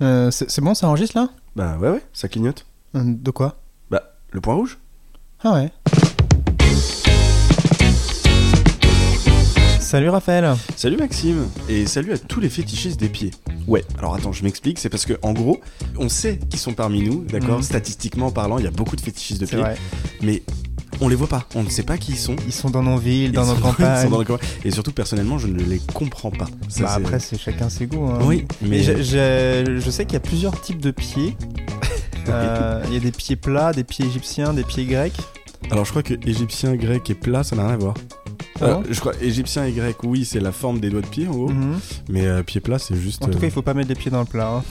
Euh, c'est c'est bon, ça enregistre là Bah ouais, ouais, ça clignote. Euh, De quoi Bah, le point rouge Ah ouais. Salut Raphaël. Salut Maxime, et salut à tous les fétichistes des pieds. Ouais, alors attends, je m'explique, c'est parce que en gros, on sait qu'ils sont parmi nous, d'accord Mhm. Statistiquement parlant, il y a beaucoup de fétichistes de C'est pieds, vrai. mais on les voit pas, on ne sait pas qui ils sont. Ils sont dans nos villes, dans Ils nos sont- ils campagnes. sont dans nos campagnes. Et surtout, personnellement, je ne les comprends pas. Ça, Bah, c'est- après, c'est chacun ses goûts. hein. Oui, mais. Mais je, je- je sais qu'il y a plusieurs types de pieds. Euh, Il y a des pieds plats, des pieds égyptiens, des pieds grecs. Alors je crois que égyptien, grec et plat, ça n'a rien à voir. Ah Euh, oh. bon je crois égyptien et grec, oui, c'est la forme des doigts de pied en gros, Mhm. mais euh, pied plat, c'est juste. En tout euh, cas, il faut pas mettre les pieds dans le plat. hein.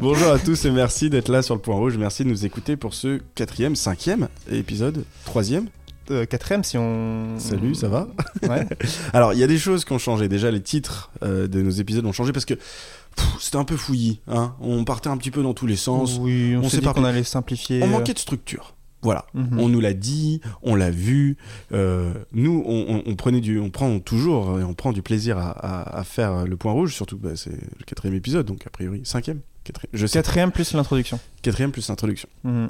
Bonjour à tous et merci d'être là sur le point rouge. Merci de nous écouter pour ce quatrième, cinquième épisode, troisième. Euh, quatrième, si on. Salut, ça va Ouais. Alors, il y a des choses qui ont changé. Déjà, les titres euh, de nos épisodes ont changé parce que pff, c'était un peu fouillis. Hein on partait un petit peu dans tous les sens. oui, on, on s'est sait dit pas qu'on plus. allait simplifier. On euh, manquait de structure. Voilà. mhm. On nous l'a dit, on l'a vu. euh, nous, on, on- on prenait du, on prend toujours et on prend du plaisir à, à- à faire le point rouge. Surtout, bah, c'est le quatrième épisode, donc a priori cinquième, quatrième. Je sais. Quatrième plus l'introduction. Quatrième plus introduction. Mhm.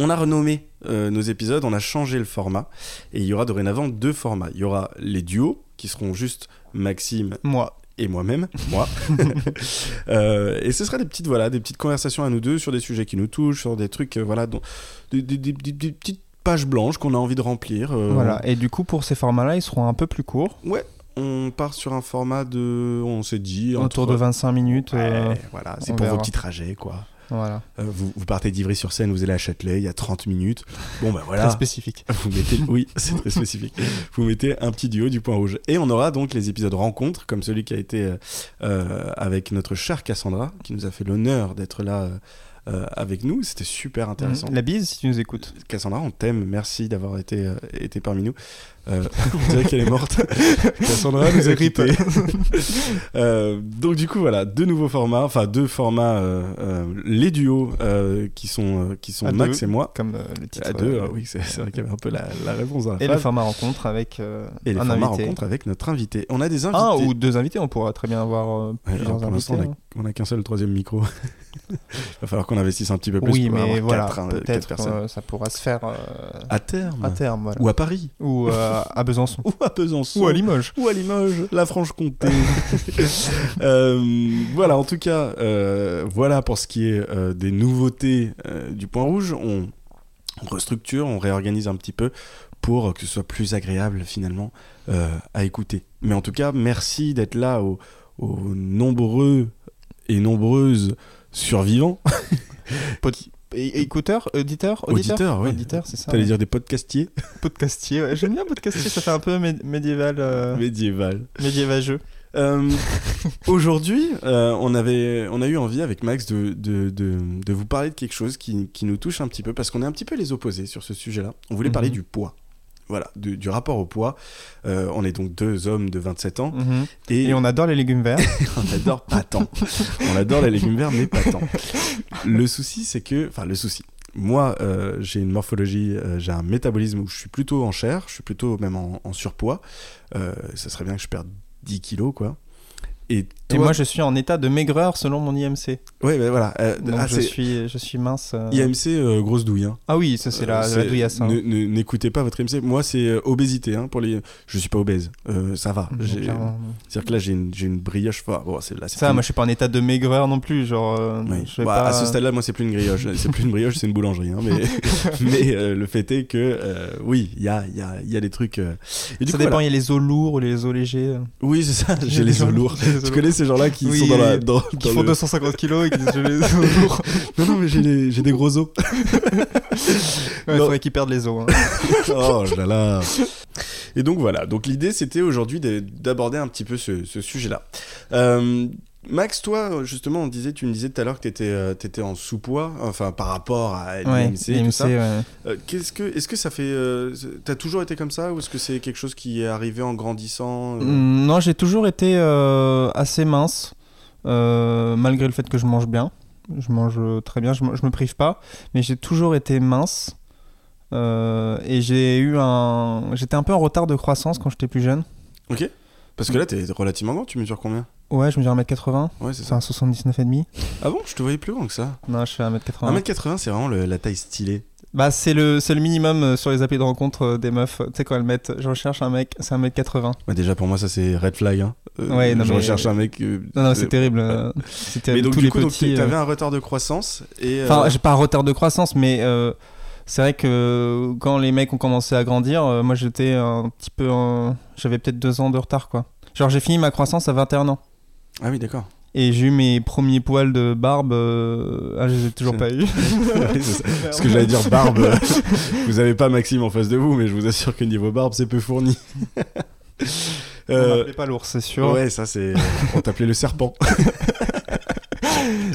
On a renommé euh, nos épisodes, on a changé le format et il y aura dorénavant deux formats. Il y aura les duos qui seront juste Maxime Moi. et moi-même, moi. Euh, et ce sera des petites voilà, des petites conversations à nous deux sur des sujets qui nous touchent, sur des trucs euh, voilà, dont- des, des- des- des- des petites pages blanches qu'on a envie de remplir. euh, Voilà, et du coup, pour ces formats-là, ils seront un peu plus courts, On part sur un format de, on s'est dit autour entre- de 25 minutes. euh, Ouais, voilà, c'est on pour vos verra. petits trajets quoi. voilà, Euh, vous, vous partez d'Ivry-sur-Seine, vous allez à Châtelet, il y a 30 minutes. Bon bah voilà. très spécifique. Vous mettez, oui, c'est très spécifique. Vous mettez un petit duo du point rouge. Et on aura donc les épisodes rencontres, comme celui qui a été euh, euh, avec notre chère Cassandra, qui nous a fait l'honneur d'être là euh, avec nous. C'était super intéressant. Mmh. La bise, si tu nous écoutes. Cassandra, on t'aime. Merci d'avoir été, euh, été parmi nous. Euh, on dirait qu'elle est morte. Cassandra nous a Rip. quittés. Euh, donc du coup voilà, deux nouveaux formats, enfin deux formats, euh, euh, les duos euh, qui sont, euh, qui sont À Max deux. et moi. Comme euh, le titre. À deux, euh, ah oui, c'est c'est vrai qu'il y avait un peu la, la réponse à la Et le phrase. format rencontre avec euh, Et les un formats invité. rencontres avec notre invité. On a des invités. Un ou deux invités, on pourra très bien avoir euh, Ouais, alors, plusieurs pour invités. l'instant, on a- hein. on a qu'un seul troisième micro. Il va falloir qu'on investisse un petit peu plus Oui, pour mais avoir voilà, quatre, hein, quatre peut-être personnes. euh, ça pourra se faire euh, À terme. à terme, voilà. Ou à Paris. Ou euh, à Besançon. Ou à Besançon. Ou à Limoges. Ou à Limoges, la Franche-Comté. Euh, voilà, en tout cas, euh, voilà pour ce qui est euh, des nouveautés euh, du Point Rouge. On, on restructure, on réorganise un petit peu pour que ce soit plus agréable finalement euh, à écouter. Mais en tout cas, merci d'être là aux, aux nombreux et nombreuses survivants, Et- Écouteurs, auditeurs, auditeurs, auditeurs, oui. Auditeurs, c'est ça. T'allais ouais. dire des podcastiers podcastier. ouais. J'aime bien podcastier, ça fait un peu mé- médiéval, euh, médiéval. médiévageux. Euh, Aujourd'hui, euh, on, avait, on a eu envie avec Max de, de, de, de vous parler de quelque chose qui, qui nous touche un petit peu, parce qu'on est un petit peu les opposés sur ce sujet-là. On voulait parler Mhm. du poids. Voilà, du, du rapport au poids. Euh, on est donc deux hommes de 27 ans Mhm. et, Et on adore les légumes verts. on adore pas tant. on adore les légumes verts, mais pas tant. Le souci, c'est que. Enfin, le souci. Moi, euh, j'ai une morphologie, euh, j'ai un métabolisme où je suis plutôt en chair, je suis plutôt même en, en surpoids. Euh, ça serait bien que je perde 10 kilos, quoi. Et, Et toi- moi, je suis en état de maigreur selon mon IMC. Ouais, mais voilà. euh, Donc ah, je, c'est suis, je suis mince. euh. IMC, euh, grosse douille. hein. Ah oui, ça, c'est Euh, la, la douillasse. hein. ne- ne- N'écoutez pas votre IMC. Moi, c'est euh, obésité. Hein, pour les... Je suis pas obèse. Euh, ça va. Donc, J'ai- Mmh, clairement. C'est-à-dire que là, j'ai une, j'ai une brioche. Enfin, bon, c'est là, c'est Ça, plus- moi, je suis pas en état de maigreur non plus. Genre, euh, Oui. je vais Bah, pas... À ce stade-là, moi, c'est plus une brioche. c'est plus une brioche, c'est une boulangerie. hein, mais mais euh, le fait est que, euh, oui, il y a, il y, a, il y a des trucs. euh, et du ça coup, dépend, voilà. il y a les os lourds ou les os légers. euh, Oui, c'est ça. J'ai les os lourds. J'ai les os Tu lourds. connais ces gens-là qui Oui, sont dans la. oui, Dans, Qui dans font le- 250 kilos et qui disent j'ai les os lourds. Non, non, mais j'ai les- j'ai des gros os. Ouais, Non. faudrait qu'ils perdent les os. hein. oh là là. Et donc voilà, donc l'idée c'était aujourd'hui de- d'aborder un petit peu ce, ce sujet-là. Euh, Max, toi justement, on disait, tu me disais tout à l'heure que tu étais, en sous-poids, enfin par rapport à Ouais, l'IMC et tout IMC, ça. ouais. Euh, Qu'est-ce que, est-ce que ça fait, euh, t'as toujours été comme ça ou est-ce que c'est quelque chose qui est arrivé en grandissant euh, Mm, Non, j'ai toujours été euh, assez mince, euh, malgré le fait que je mange bien. Je mange euh, très bien, je, me- je me prive pas, mais j'ai toujours été mince. Euh, et j'ai eu un. J'étais un peu en retard de croissance quand j'étais plus jeune. Ok. Parce que là, t'es relativement grand. Tu mesures combien Ouais, je mesure 1m80, Ouais, c'est ça. enfin 79,5. Ah bon, je te voyais plus grand que ça. Non, je fais 1m80. 1m80, c'est vraiment le- la taille stylée. Bah, c'est le, c'est le minimum euh, sur les applis de rencontre euh, des meufs. Tu sais, quand elles mettent je recherche un mec, c'est 1m80. Bah, déjà, pour moi, ça, c'est red flag. Hein. Euh, Ouais, non, je mais- recherche un mec. euh, Non, non, c'est euh, terrible. euh, C'est Mais terrible. donc, Tous du les coup, donc, petits. euh, t'avais un retard de croissance. Et, euh, Enfin, j'ai pas un retard de croissance, mais euh, c'est vrai que quand les mecs ont commencé à grandir, euh, moi j'étais un petit peu. en- J'avais peut-être deux ans de retard, quoi. Genre, j'ai fini ma croissance à 21 ans. Ah oui, d'accord. Et j'ai eu mes premiers poils de barbe. euh, Ah, je les ai toujours C'est- pas eu. Ouais, c'est ça. Parce que j'allais dire barbe, vous avez pas Maxime en face de vous, mais je vous assure que niveau barbe, c'est peu fourni. On Euh, m'appelait pas l'ours, c'est sûr. ouais, ça c'est. On t'appelait le serpent.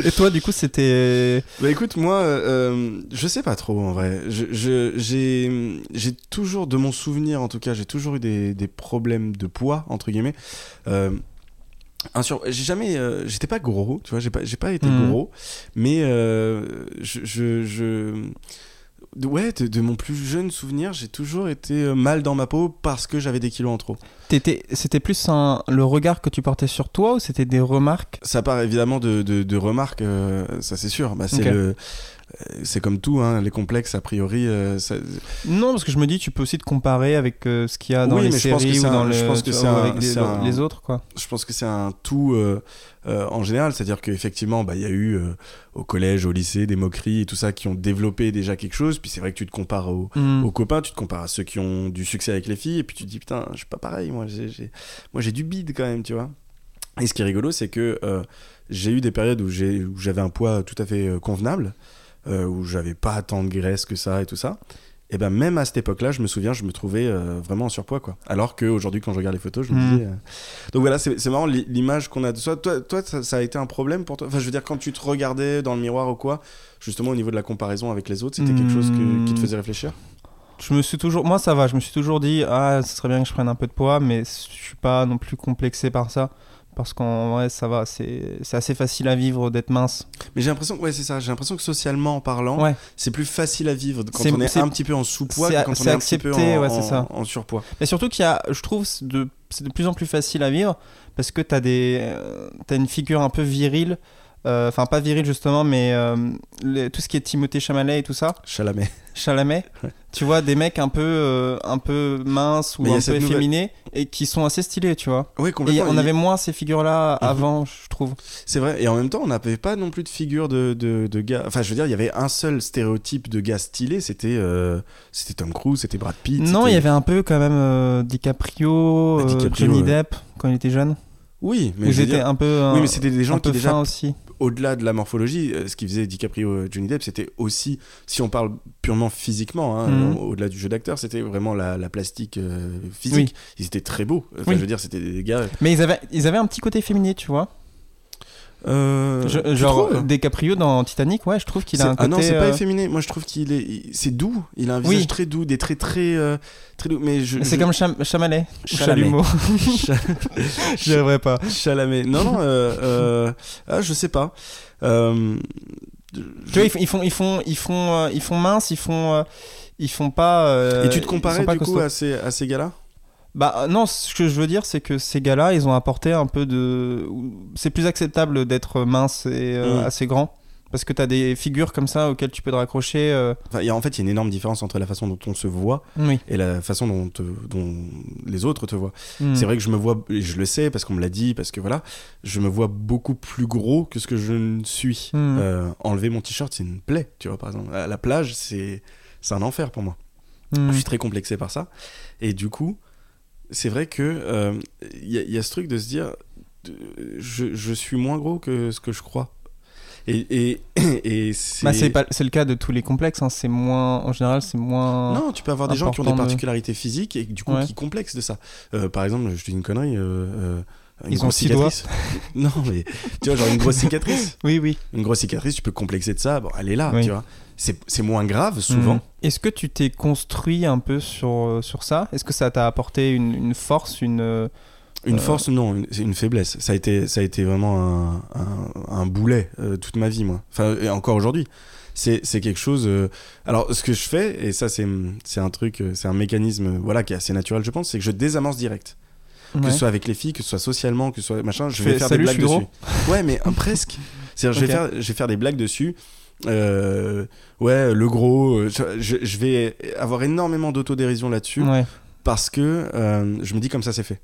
Et toi, du coup, c'était. Bah écoute, moi, euh, je sais pas trop en vrai. Je- je- J'ai j'ai toujours, de mon souvenir en tout cas, j'ai toujours eu des, des problèmes de poids, entre guillemets. Euh, un sur- J'ai jamais. euh, J'étais pas gros, tu vois, j'ai pas, j'ai pas été Mhm. gros, mais euh, je. je, je- de- Ouais, de, de mon plus jeune souvenir, j'ai toujours été euh, mal dans ma peau parce que j'avais des kilos en trop. t'étais- C'était plus un... le regard que tu portais sur toi ou c'était des remarques Ça part évidemment de, de, de remarques, euh, ça c'est sûr. Bah, c'est Ok. le- euh, c'est comme tout, hein, les complexes, a priori, euh, ça, Non, parce que je me dis, tu peux aussi te comparer avec euh, ce qu'il y a dans Oui, les mais je pense que séries c'est ou un- dans le- je pense que tu c'est vois, un- avec les, c'est un- les autres, quoi. je pense que c'est un tout euh, euh, en général, c'est-à-dire qu'effectivement, bah, il y a eu euh, au collège, au lycée, des moqueries et tout ça qui ont développé déjà quelque chose. Puis c'est vrai que tu te compares aux, Hmm. aux copains, tu te compares à ceux qui ont du succès avec les filles, et puis tu te dis putain, je suis pas pareil, moi j'ai, j'ai- moi j'ai du bide quand même, tu vois. Et ce qui est rigolo, c'est que euh, j'ai eu des périodes où, j'ai, où j'avais un poids tout à fait euh, convenable, euh, où j'avais pas tant de graisse que ça et tout ça. Et ben même à cette époque-là, je me souviens, je me trouvais euh, vraiment en surpoids, quoi. Alors qu'aujourd'hui, quand je regarde les photos, je me Mm. dis. euh, Donc voilà, c'est, c'est marrant l'i- l'image qu'on a de soi. Toi, toi ça, ça a été un problème pour toi. Enfin, je veux dire, quand tu te regardais dans le miroir ou quoi, justement au niveau de la comparaison avec les autres, c'était quelque chose que- qui te Mm. faisait réfléchir. Je me suis toujours, moi ça va, je me suis toujours dit ah ce serait bien que je prenne un peu de poids, mais je suis pas non plus complexé par ça parce qu'en vrai ça va, c'est c'est assez facile à vivre d'être mince. Mais j'ai l'impression que ouais, c'est ça, j'ai l'impression que socialement en parlant, Ouais. c'est plus facile à vivre quand C'est- on est c'est- un petit peu en sous-poids c'est- que quand on c'est est un petit peu accepté, en, ouais, c'est en- ça. en surpoids. Mais surtout qu'il y a, je trouve c'est de c'est de plus en plus facile à vivre parce que t'as des euh, t'as une figure un peu virile, euh, enfin pas virile justement, mais euh, les- tout ce qui est Timothée Chalamet et tout ça, Chalamet. Chalamet, Ouais. tu vois des mecs un peu euh, un peu minces ou Mais il y a un peu cette nouvelle- efféminés et qui sont assez stylés, tu vois. Oui, Et complètement. on Il- avait moins ces figures là Mhm. avant, je trouve. C'est vrai, et en même temps, on n'avait pas non plus de figure de, de, de gars. Enfin, je veux dire, il y avait un seul stéréotype de gars stylé, c'était euh, c'était Tom Cruise, c'était Brad Pitt. Non, c'était- il y avait un peu quand même euh, DiCaprio, Ah, euh, DiCaprio, Johnny ouais. Depp quand il était jeune. Oui, mais Ils je veux étaient dire- un peu. euh, Oui, mais c'était des un gens peu qui déjà fins aussi. au-delà de la morphologie, euh, ce qui faisait DiCaprio et Johnny Depp, c'était aussi, si on parle purement physiquement, hein, Mhm. au- au-delà du jeu d'acteur, c'était vraiment la, la plastique euh, physique. Ils étaient très beaux. Enfin, Oui. je veux dire, c'était des gars. Mais ils avaient, ils avaient un petit côté féminin, tu vois. Euh, Je- tu genre trouves DiCaprio dans Titanic, ouais, je trouve qu'il a C'est- un côté. ah non, c'est pas euh, efféminé. Moi, je trouve qu'il est, il- c'est doux. Il a un Oui. visage très doux, des traits très, euh, très doux. Mais je, c'est je- comme Cham- Chamalet, ou Chalamet. Chalumeau. J'y Cha- arriverai pas. Chalamet. Non, non. euh, euh, ah, je sais pas. Euh, Tu vois, ils font, ils font, ils font, ils font, euh, ils font mince, ils font, euh, ils font pas. euh, Et tu ils te sont comparais pas du coup costauds. à ces, à ces gars-là Bah euh, non, ce que je veux dire, c'est que ces gars-là, ils ont apporté un peu de. C'est plus acceptable d'être mince et euh, Mm. assez grand. Parce que t'as des figures comme ça auxquelles tu peux te raccrocher. euh, Enfin, il y a- En fait, il y a une énorme différence entre la façon dont on se voit Oui. et la façon dont, te- dont les autres te voient. Mm. C'est vrai que je me vois, et je le sais parce qu'on me l'a dit, parce que voilà, je me vois beaucoup plus gros que ce que je ne suis. Mm. Euh, enlever mon t-shirt, c'est une plaie, tu vois, par exemple. À la plage, c'est c'est un enfer pour moi. Mm. Je suis très complexé par ça. Et du coup, c'est vrai que euh, il y, a- il y a ce truc de se dire, de- je, je suis moins gros que ce que je crois. Et, et, et c'est. Bah, c'est pas- c'est le cas de tous les complexes. hein, C'est moins. En général, c'est moins. Non, tu peux avoir des gens qui ont des important de- particularités physiques et du coup Ouais. qui complexent de ça. Euh, par exemple, je te dis une connerie. euh, euh, une Ils ont grosse six doigts. cicatrice. non, mais tu vois, genre une grosse cicatrice. Oui, oui. Une grosse cicatrice, tu peux complexer de ça. Bon, elle est là, Oui. tu vois. C'est c'est moins grave souvent. Mm. Est-ce que tu t'es construit un peu sur, euh, sur ça Est-ce que ça t'a apporté une, une force, une. euh, Une Euh. force, non, une- c'est une faiblesse. Ça a été, ça a été vraiment un, un- un boulet euh, toute ma vie, moi. Enfin, et encore aujourd'hui. C'est c'est quelque chose. euh, Alors, ce que je fais, et ça, c'est c'est un truc, euh, c'est un mécanisme euh, voilà, qui est assez naturel, je pense, c'est que je désamorce direct. que Ouais. ce soit avec les filles, que ce soit socialement, que ce soit machin, je Tu vais fais, faire Salut, des je blagues suis dessus. gros. Ouais, mais euh, presque. C'est-à-dire, je, vais Ok. faire, je vais faire des blagues dessus. Euh, ouais, le gros. euh, Je, je vais avoir énormément d'autodérision là-dessus Ouais. parce que euh, je me dis comme ça, c'est fait.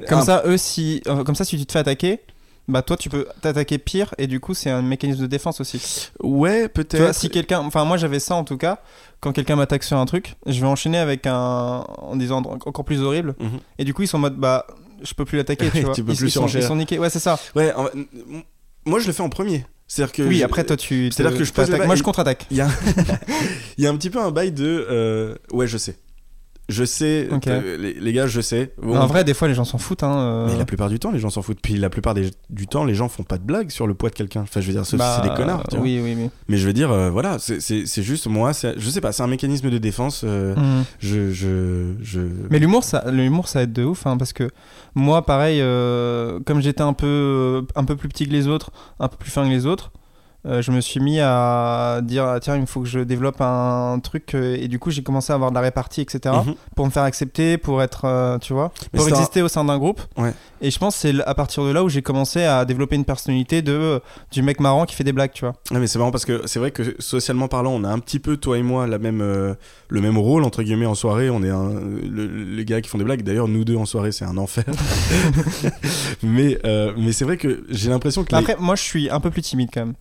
Ah, Comme Un- ça, eux, si, euh, comme ça, si tu te fais attaquer, bah toi, tu peux t'attaquer pire, et du coup, c'est un mécanisme de défense aussi. Ouais, Tu vois, peut-être. si quelqu'un, enfin moi j'avais ça en tout cas, quand quelqu'un m'attaque sur un truc, je vais enchaîner avec un, en disant encore plus horrible, Mhm. et du coup ils sont en mode bah je peux plus l'attaquer, tu Ouais, vois. tu peux ils, plus ils sont, surenchérir. ils sont niqués, ouais c'est ça. Ouais, en- moi je le fais en premier. C'est-à-dire que. oui, je- après toi tu. c'est-à-dire te- que je pose la t'attaques. balle Moi je et- contre-attaque. Il y, a... il y a un petit peu un bail de. euh, Ouais, je sais. Je sais. Ok. euh, les, les gars, je sais. Bon, En vrai, des fois les gens s'en foutent, hein. euh, Mais la plupart du temps, les gens s'en foutent. Puis la plupart des- du temps, les gens font pas de blagues sur le poids de quelqu'un. Enfin, je veux dire, sauf bah, si c'est des connards. tu vois. oui, oui, oui. Mais je veux dire, euh, voilà, c'est- c'est c'est juste moi. c'est- Je sais pas, c'est un mécanisme de défense. euh, Mhm. Je. je, je... Mais l'humour, ça, l'humour, ça aide de ouf, hein, parce que moi, pareil, euh, comme j'étais un peu, un peu plus petit que les autres, un peu plus fin que les autres, euh, je me suis mis à dire ah, tiens, il faut que je développe un truc, euh, et du coup, j'ai commencé à avoir de la répartie, etc., Mhm. pour me faire accepter, pour être, euh, tu vois, Mais pour c'est un- exister au sein d'un groupe. Ouais. Et je pense que c'est l- à partir de là où j'ai commencé à développer une personnalité de euh, du mec marrant qui fait des blagues, tu vois. Ouais, mais c'est marrant parce que c'est vrai que socialement parlant, on a un petit peu, toi et moi, la même, euh, le même rôle, entre guillemets, en soirée. On est un- le- les gars qui font des blagues. D'ailleurs, nous deux en soirée, c'est un enfer. mais euh, mais c'est vrai que j'ai l'impression que. les- Après, moi, je suis un peu plus timide quand même.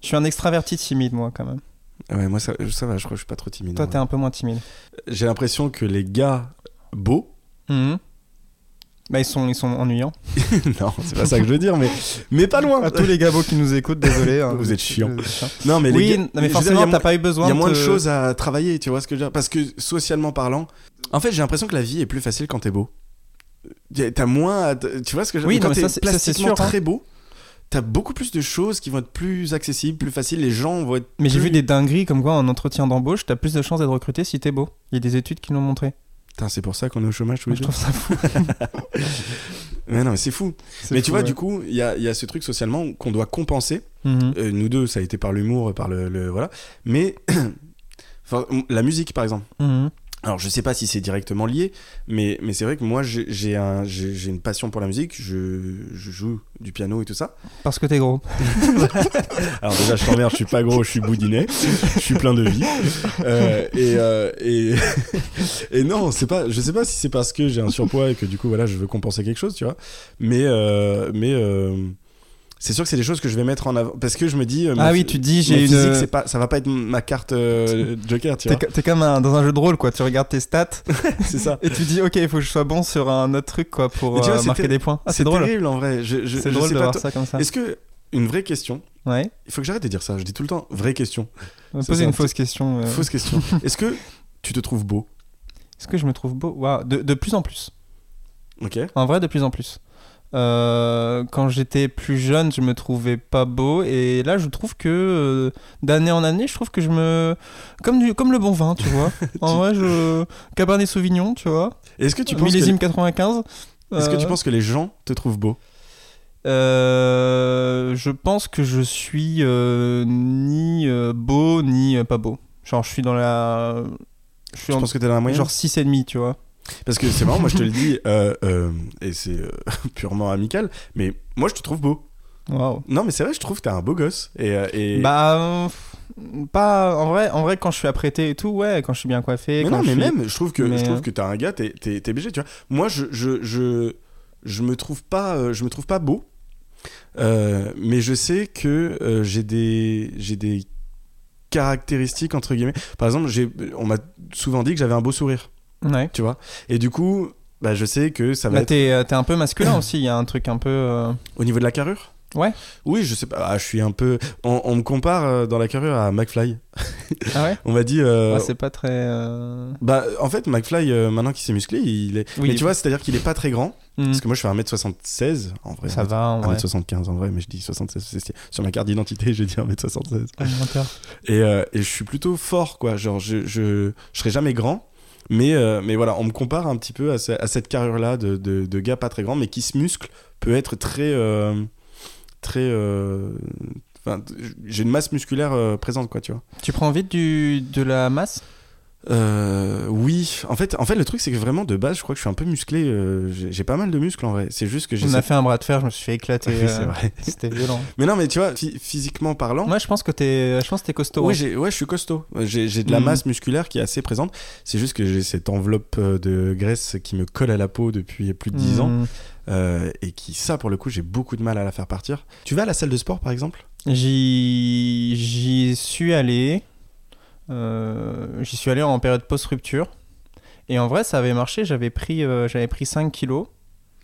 Je suis un extraverti timide, moi, quand même. Ouais, moi, ça, ça va, je crois que je suis pas trop timide. Toi, ouais. t'es un peu moins timide. J'ai l'impression que les gars beaux. Mhm. Bah, ils sont, ils sont ennuyants. non, c'est pas ça que je veux dire, mais, mais pas loin. À tous les gabos qui nous écoutent, désolé. hein. Ah, Vous êtes chiants. Vous êtes chiants. Non, mais les oui, gars- non, je veux mais dire, forcément, il y a t'as moins- pas euh, eu besoin Il y a moins de te- choses à travailler, tu vois ce que je veux dire Parce que socialement parlant, en fait, j'ai l'impression que la vie est plus facile quand t'es beau. Y a- T'as moins. à t- Tu vois ce que je veux Oui, dire Quand non, mais t'es ça, c'est- ça, c'est plastiquement sûr, hein. très beau, t'as beaucoup plus de choses qui vont être plus accessibles, plus faciles. Les gens vont être. Mais j'ai plus- vu des dingueries comme quoi en entretien d'embauche, t'as plus de chances d'être recruté si t'es beau. Il y a des études qui l'ont montré. Putain, c'est pour ça qu'on est au chômage tous Moi, je les jours. trouve ça fou. Mais non, mais c'est fou. C'est Mais fou, tu vois, ouais. du coup, il y a, il y a ce truc socialement qu'on doit compenser. Mhm. Euh, nous deux, ça a été par l'humour, par le, le- voilà. Mais enfin, la musique, par exemple. Mhm. Alors je sais pas si c'est directement lié, mais, mais c'est vrai que moi j'ai j'ai un- j'ai- j'ai une passion pour la musique, je, je joue du piano et tout ça. Parce que t'es gros. Alors déjà je t'emmerde, je suis pas gros, je suis boudinet, je suis plein de vie. Euh, et, euh, et, et non, c'est pas, je sais pas si c'est parce que j'ai un surpoids et que du coup voilà je veux compenser quelque chose, tu vois. Mais, euh, mais euh, c'est sûr que c'est des choses que je vais mettre en avant, parce que je me dis... euh, mon Ah phy- oui, tu dis, mon j'ai physique, une. c'est pas, ça va pas être ma carte euh, joker, tu T'es vois. co- t'es comme un- dans un jeu de rôle, quoi. Tu regardes tes stats C'est ça. et tu dis, ok, il faut que je sois bon sur un autre truc, quoi, pour Mais tu vois, euh, c'est marquer ter- des points. Ah, c'est c'est drôle. terrible en vrai. Je, je, C'est je drôle sais de pas voir toi- ça comme ça. Est-ce que une vraie question Ouais. Il faut que j'arrête de dire ça. Je dis tout le temps vraie question, Ça, c'est Poser un une petit- fausse question. euh, fausse question. Est-ce que tu te trouves beau Est-ce que je me trouve beau Waouh, de- de plus en plus. Ok. En vrai, de plus en plus. Euh, quand j'étais plus jeune, je me trouvais pas beau et là, je trouve que euh, d'année en année, je trouve que je me comme du comme le bon vin, tu vois. en vrai, je Cabernet Sauvignon, tu vois. Est-ce que tu penses que, Euh, Millésime 95. est-ce que tu Euh, penses que les gens te trouvent beau euh, Je pense que je suis euh, ni euh, beau ni euh, pas beau. Genre, je suis dans la je suis Je en... pense que t'es dans la moyenne. genre 6,5 et demi, tu vois. Parce que c'est marrant. Moi, je te le dis euh, euh, et c'est euh, purement amical. Mais moi, je te trouve beau. Waouh. Non, mais c'est vrai. Je trouve que t'es un beau gosse. Et, euh, et... Bah, euh, pas en vrai, en vrai, quand je suis apprêté et tout, ouais, quand je suis bien coiffé. mais quand non, je mais suis- même. Je trouve que Mais, je euh, trouve que t'es un gars. T'es t'es t'es BG, Tu vois. Moi, je je je je me trouve pas. euh, je me trouve pas beau. Euh, mais je sais que euh, j'ai des j'ai des caractéristiques entre guillemets. Par exemple, j'ai on m'a souvent dit que j'avais un beau sourire, Ouais. tu vois. Et du coup, bah je sais que ça va Bah, être t'es euh, t'es un peu masculin aussi, il y a un truc un peu. euh, au niveau de la carrure. Ouais. Oui, je sais pas. Ah, je suis un peu. On, on me compare euh, dans la carrure à McFly. Ah ouais On m'a dit. euh, Ouais, C'est pas très. euh, bah, en fait, McFly, euh, maintenant qu'il s'est musclé, il est. Oui, mais il tu est- vois, c'est-à-dire qu'il est pas très grand. hmm, Parce que moi, je fais 1m76. En vrai, ça va, en vrai. 1m75 en vrai, mais je dis 76. c'est- Sur ma carte d'identité, j'ai dit 1m76. Ah, menteur. Et, euh, et je suis plutôt fort, quoi. Genre, je, je, je serai jamais grand. Mais, euh, mais voilà, on me compare un petit peu à, ce- à cette carrure-là de, de, de gars pas très grand, mais qui se muscle, peut être très. euh, très. euh, Enfin, j'ai une masse musculaire euh, présente, quoi, tu vois. Tu prends vite du, de la masse Euh, oui, en fait, en fait, le truc c'est que vraiment de base, je crois que je suis un peu musclé. euh, j'ai j'ai pas mal de muscles en vrai. C'est juste que j'ai. On a cette- fait un bras de fer, je me suis fait éclater. Oui, c'est euh, vrai. C'était violent. Mais non, mais tu vois, phy- physiquement parlant, Moi, je pense que t'es, je pense que t'es costaud. ouais, hein. j'ai- ouais, je suis costaud. J'ai j'ai de la Mhm. masse musculaire qui est assez présente. C'est juste que j'ai cette enveloppe euh, de graisse qui me colle à la peau depuis plus de 10 ans Mm. euh, et qui, ça, pour le coup, j'ai beaucoup de mal à la faire partir. Tu vas à la salle de sport, par exemple J'y, j'y suis allé. euh, J'y suis allé en période post-rupture. Et en vrai, ça avait marché. J'avais pris, euh, j'avais pris 5 kilos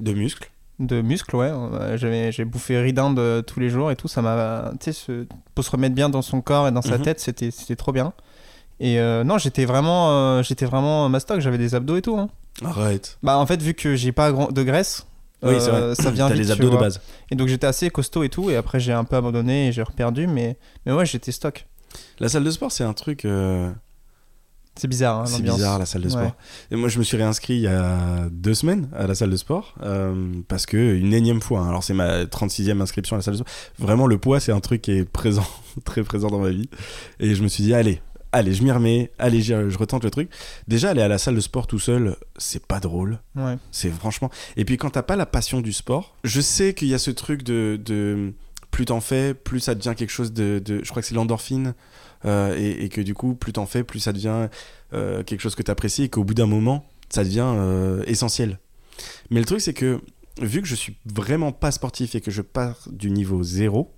De muscles de muscles, ouais. Euh, J'avais, j'ai bouffé ridin de tous les jours et tout. Ça m'a, tu sais, ce- pour se remettre bien dans son corps et dans sa Mhm. tête, c'était, c'était trop bien. Et euh, non, j'étais vraiment, euh, j'étais vraiment mastoc. J'avais des abdos et tout. hein. Arrête. Bah en fait vu que j'ai pas grand- de graisse, Oui, c'est euh, ça vient T'as vite. les tu abdos de vois. base. Et donc j'étais assez costaud et tout et après j'ai un peu abandonné et j'ai reperdu mais mais ouais j'étais stock. La salle de sport, c'est un truc. euh, C'est bizarre hein, C'est l'ambiance. bizarre la salle de sport. Ouais. Et moi, je me suis réinscrit il y a deux semaines à la salle de sport euh, parce que une énième fois. hein. alors c'est ma 36e inscription à la salle de sport. Vraiment, le poids, c'est un truc qui est présent, très présent dans ma vie. Et je me suis dit, allez, allez, je m'y remets, allez, j'y- je retente le truc. Déjà, aller à la salle de sport tout seul, c'est pas drôle. Ouais. C'est franchement. Et puis quand t'as pas la passion du sport, je sais qu'il y a ce truc de, de plus t'en fais, plus ça devient quelque chose de. de- je crois que c'est l'endorphine. euh, et, et que du coup, plus t'en fais, plus ça devient euh, quelque chose que t'apprécies et qu'au bout d'un moment, ça devient euh, essentiel. Mais le truc, c'est que vu que je suis vraiment pas sportif et que je pars du niveau zéro,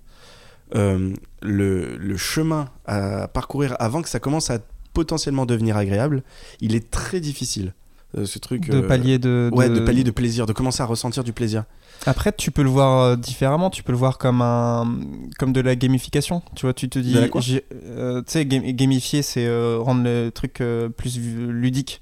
euh, le, le chemin à parcourir avant que ça commence à potentiellement devenir agréable, il est très difficile. Euh, ce truc De euh, palier de, Ouais, de pallier de plaisir, de commencer à ressentir du plaisir. Après tu peux le voir euh, différemment, tu peux le voir comme un comme de la gamification. Tu vois, tu te dis De la quoi j'ai- euh, tu sais ga- gamifier c'est euh, rendre le truc euh, plus vu- ludique.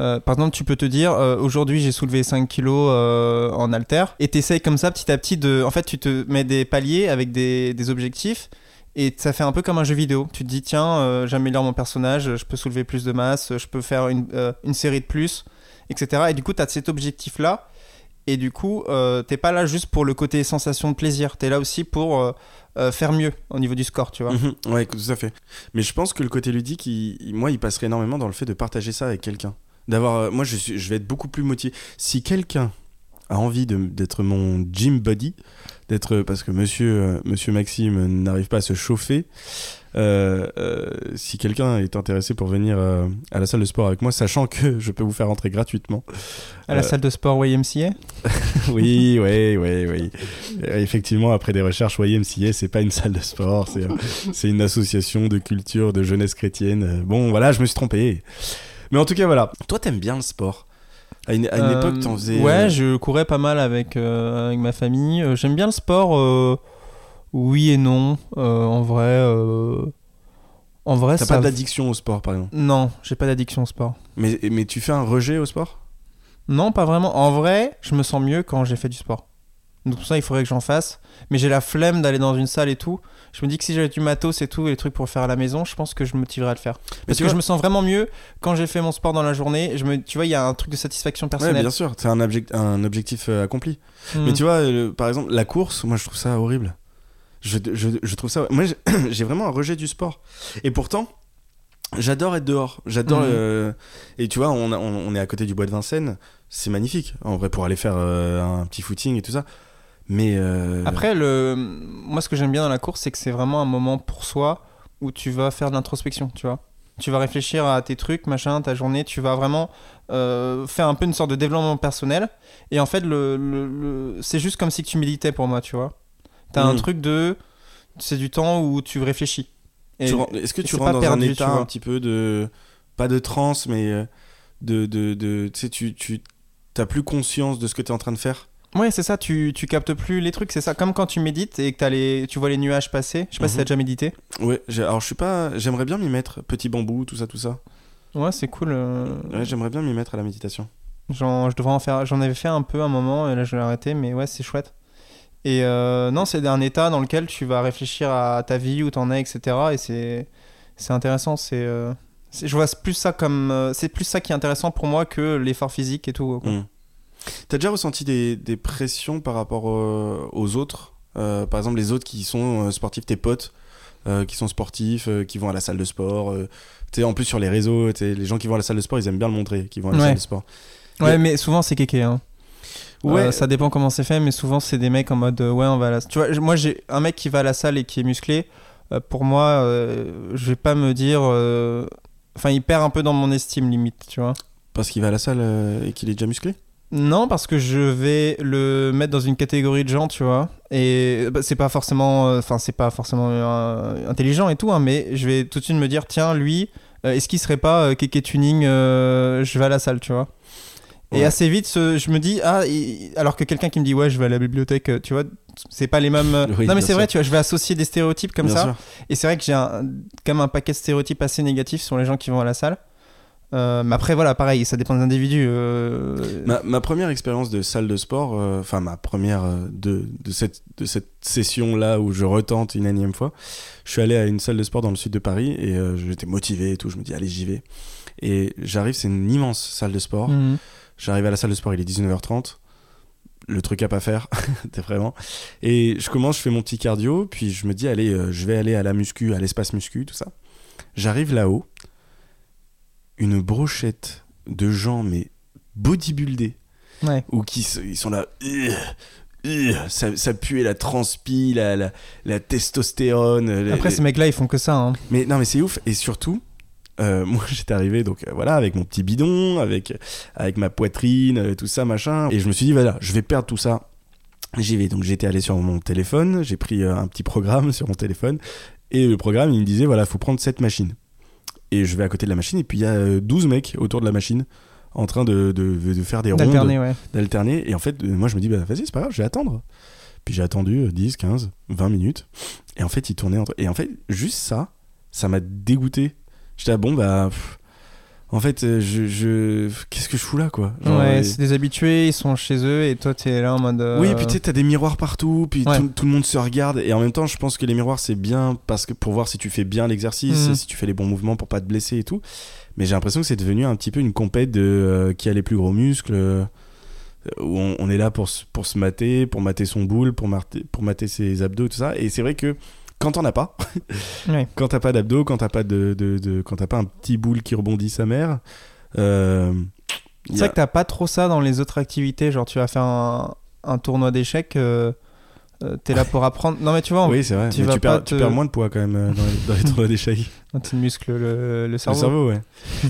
Euh, par exemple, tu peux te dire euh, aujourd'hui j'ai soulevé 5 kilos euh, en halter et t'essayes comme ça petit à petit de. En fait, tu te mets des paliers avec des, des objectifs et ça fait un peu comme un jeu vidéo. Tu te dis tiens, euh, j'améliore mon personnage, je peux soulever plus de masse, je peux faire une, euh, une série de plus, etc. Et du coup, t'as cet objectif là et du coup, euh, t'es pas là juste pour le côté sensation de plaisir, t'es là aussi pour euh, euh, faire mieux au niveau du score, tu vois. Mhm, Ouais, tout à fait. Mais je pense que le côté ludique, il- il- moi, il passerait énormément dans le fait de partager ça avec quelqu'un. D'avoir, euh, moi, je, suis- je vais être beaucoup plus motivé. Si quelqu'un a envie de- d'être mon gym buddy, d'être parce que Monsieur, euh, Monsieur Maxime n'arrive pas à se chauffer. euh, euh, si quelqu'un est intéressé pour venir euh, à la salle de sport avec moi, sachant que je peux vous faire entrer gratuitement. À la Euh, salle de sport YMCA Oui, oui, oui, oui. Euh, Effectivement, après des recherches, voyez, MCA, c'est pas une salle de sport, c'est, euh, c'est une association de culture, de jeunesse chrétienne. Euh, Bon, voilà, je me suis trompé. Mais en tout cas, voilà. Toi, t'aimes bien le sport. À une, à une Euh, époque, t'en faisais. Ouais, je courais pas mal avec, euh, avec ma famille. Euh, J'aime bien le sport, euh, oui et non. Euh, en vrai, euh, en vrai, T'as ça- pas d'addiction au sport, par exemple. Non, j'ai pas d'addiction au sport. Mais, mais tu fais un rejet au sport Non, pas vraiment. En vrai, je me sens mieux quand j'ai fait du sport. Donc pour ça, il faudrait que j'en fasse. Mais j'ai la flemme d'aller dans une salle et tout. Je me dis que si j'avais du matos et tout, et les trucs pour faire à la maison, je pense que je me motiverais à le faire. Mais Parce tu que vois- je me sens vraiment mieux quand j'ai fait mon sport dans la journée. Je me... Tu vois, il y a un truc de satisfaction Ouais, personnelle. bien sûr, c'est un, object- un objectif euh, accompli. Hmm. Mais tu vois, euh, par exemple, la course, moi je trouve ça horrible. Je, je, je trouve ça. Moi j'ai- j'ai vraiment un rejet du sport. Et pourtant, j'adore être dehors. J'adore. Mhm. euh, Et tu vois, on, a- on, on est à côté du bois de Vincennes. C'est magnifique, en vrai, pour aller faire euh, un petit footing et tout ça. Mais. euh, Après, le... moi, ce que j'aime bien dans la course, c'est que c'est vraiment un moment pour soi où tu vas faire de l'introspection, tu vois. Tu vas réfléchir à tes trucs, machin, ta journée, tu vas vraiment euh, faire un peu une sorte de développement personnel. Et en fait, le, le- le- c'est juste comme si tu méditais pour moi, tu vois. T'as un Mhm. truc de. C'est du temps où tu réfléchis. Et- tu ren- Est-ce que et tu c'est rentres pas dans perdu, un tu état vois. un petit peu de. Pas de transe, mais euh, de. de, de tu sais, tu. tu T'as plus conscience de ce que t'es en train de faire Ouais, c'est ça, tu, tu captes plus les trucs, c'est ça. Comme quand tu médites et que t'as les, tu vois les nuages passer. Je sais pas si Mhm. t'as déjà médité. Ouais, j'ai- alors je suis pas. J'aimerais bien m'y mettre. Petit bambou, tout ça, tout ça. Ouais, c'est cool. euh, Ouais, j'aimerais bien m'y mettre à la méditation. J'en, je devrais en faire, j'en avais fait un peu un moment et là je l'ai arrêté, mais ouais, c'est chouette. Et euh, non, c'est un état dans lequel tu vas réfléchir à ta vie, où t'en es, etc. Et c'est, c'est intéressant. C'est, euh, c'est- je vois plus ça comme, euh, c'est plus ça qui est intéressant pour moi que l'effort physique et tout. quoi. Mm. T'as déjà ressenti des, des pressions par rapport euh, aux autres Euh, Par exemple, les autres qui sont euh, sportifs, tes potes euh, qui sont sportifs, euh, qui vont à la salle de sport. euh, tu sais, en plus, sur les réseaux, tu sais, les gens qui vont à la salle de sport, ils aiment bien le montrer, qui vont à la Ouais. salle de sport. Ouais, mais souvent c'est kéké. Hein. Ouais. Euh, ça dépend comment c'est fait, mais souvent c'est des mecs en mode euh, ouais, on va à la Tu vois, j- moi j'ai un mec qui va à la salle et qui est musclé. euh, pour moi, euh, je vais pas me dire. euh, Enfin, il perd un peu dans mon estime limite, tu vois. Parce qu'il va à la salle euh, et qu'il est déjà musclé Non, parce que je vais le mettre dans une catégorie de gens, tu vois. Et bah, c'est pas forcément, euh, enfin c'est pas forcément euh, intelligent et tout, hein, mais je vais tout de suite me dire, tiens, lui, euh, est-ce qu'il serait pas euh, Keke Tuning euh, Je vais à la salle, tu vois. Ouais. Et assez vite, ce- je me dis, ah, il- alors que quelqu'un qui me dit, ouais, je vais à la bibliothèque, euh, tu vois, c'est pas les mêmes. euh, Oui, non, bien mais sûr. c'est vrai, tu vois, je vais associer des stéréotypes comme Bien ça. sûr. Et c'est vrai que j'ai un, quand même un paquet de stéréotypes assez négatifs sur les gens qui vont à la salle. Euh, mais après, voilà, pareil, ça dépend des individus. euh, Ma, ma première expérience de salle de sport, euh, enfin ma première euh, de, de cette, de cette session-là où je retente une énième fois, je suis allé à une salle de sport dans le sud de Paris et euh, j'étais motivé et tout, je me dis allez j'y vais. Et j'arrive, c'est une immense salle de sport. Mhm. J'arrive à la salle de sport, il est 19h30. Le truc à pas faire, t'es vraiment. Et je commence, je fais mon petit cardio, puis je me dis, allez, euh, je vais aller à la muscu, à l'espace muscu, tout ça. J'arrive là-haut, une brochette de gens, mais bodybuildés, Ouais. ou qui se- ils sont là, Ugh, ugh, ça, ça puait la transpi, la, la, la testostérone. les- Après, les- ces mecs-là, ils font que ça. hein. mais non, mais c'est ouf. Et surtout, euh, moi, j'étais arrivé, donc euh, voilà, avec mon petit bidon, avec, avec ma poitrine, euh, tout ça, machin. Et je me suis dit, voilà, je vais perdre tout ça. J'y vais. Donc, j'étais allé sur mon téléphone, j'ai pris euh, un petit programme sur mon téléphone. Et le programme, il me disait, voilà, faut prendre cette machine. Et je vais à côté de la machine, et puis il y a euh, 12 mecs autour de la machine en train de, de- de faire des rondes D'alterner, ouais. d'alterner. Et en fait, euh, moi, je me dis, bah, vas-y, c'est pas grave, je vais attendre. Puis j'ai attendu euh, 10, 15, 20 minutes. Et en fait, il tournait entre. Et en fait, juste ça, ça m'a dégoûté. J'étais, ah, bon, bah. pff, en fait, euh, je. je... Qu'est-ce que je fous là, quoi Genre, ouais, euh, c'est des habitués, ils sont chez eux et toi, t'es là en mode. euh, Oui, et puis tu sais, t'as des miroirs partout, puis Ouais. tout, tout le monde se regarde. Et en même temps, je pense que les miroirs, c'est bien parce que pour voir si tu fais bien l'exercice, Mhm. et si tu fais les bons mouvements pour pas te blesser et tout. Mais j'ai l'impression que c'est devenu un petit peu une compète de euh, qui a les plus gros muscles. euh, où on, on est là pour, se- pour se mater, pour mater son boule, pour mater, pour mater ses abdos, tout ça. Et c'est vrai que quand t'en as pas, Ouais. quand t'as pas d'abdos, quand t'as pas de, de- de- quand t'as pas un petit boule qui rebondit sa mère. euh, C'est y a- vrai que t'as pas trop ça dans les autres activités. Genre, tu vas faire un, un tournoi d'échecs, euh, euh, t'es là pour apprendre. Non, mais tu vois, on oui, c'est vrai. tu mais vas tu, perds, pas tu te- perds moins de poids quand même euh, dans les, dans les tournois d'échecs. quand tu muscles le, le cerveau. Le cerveau, ouais.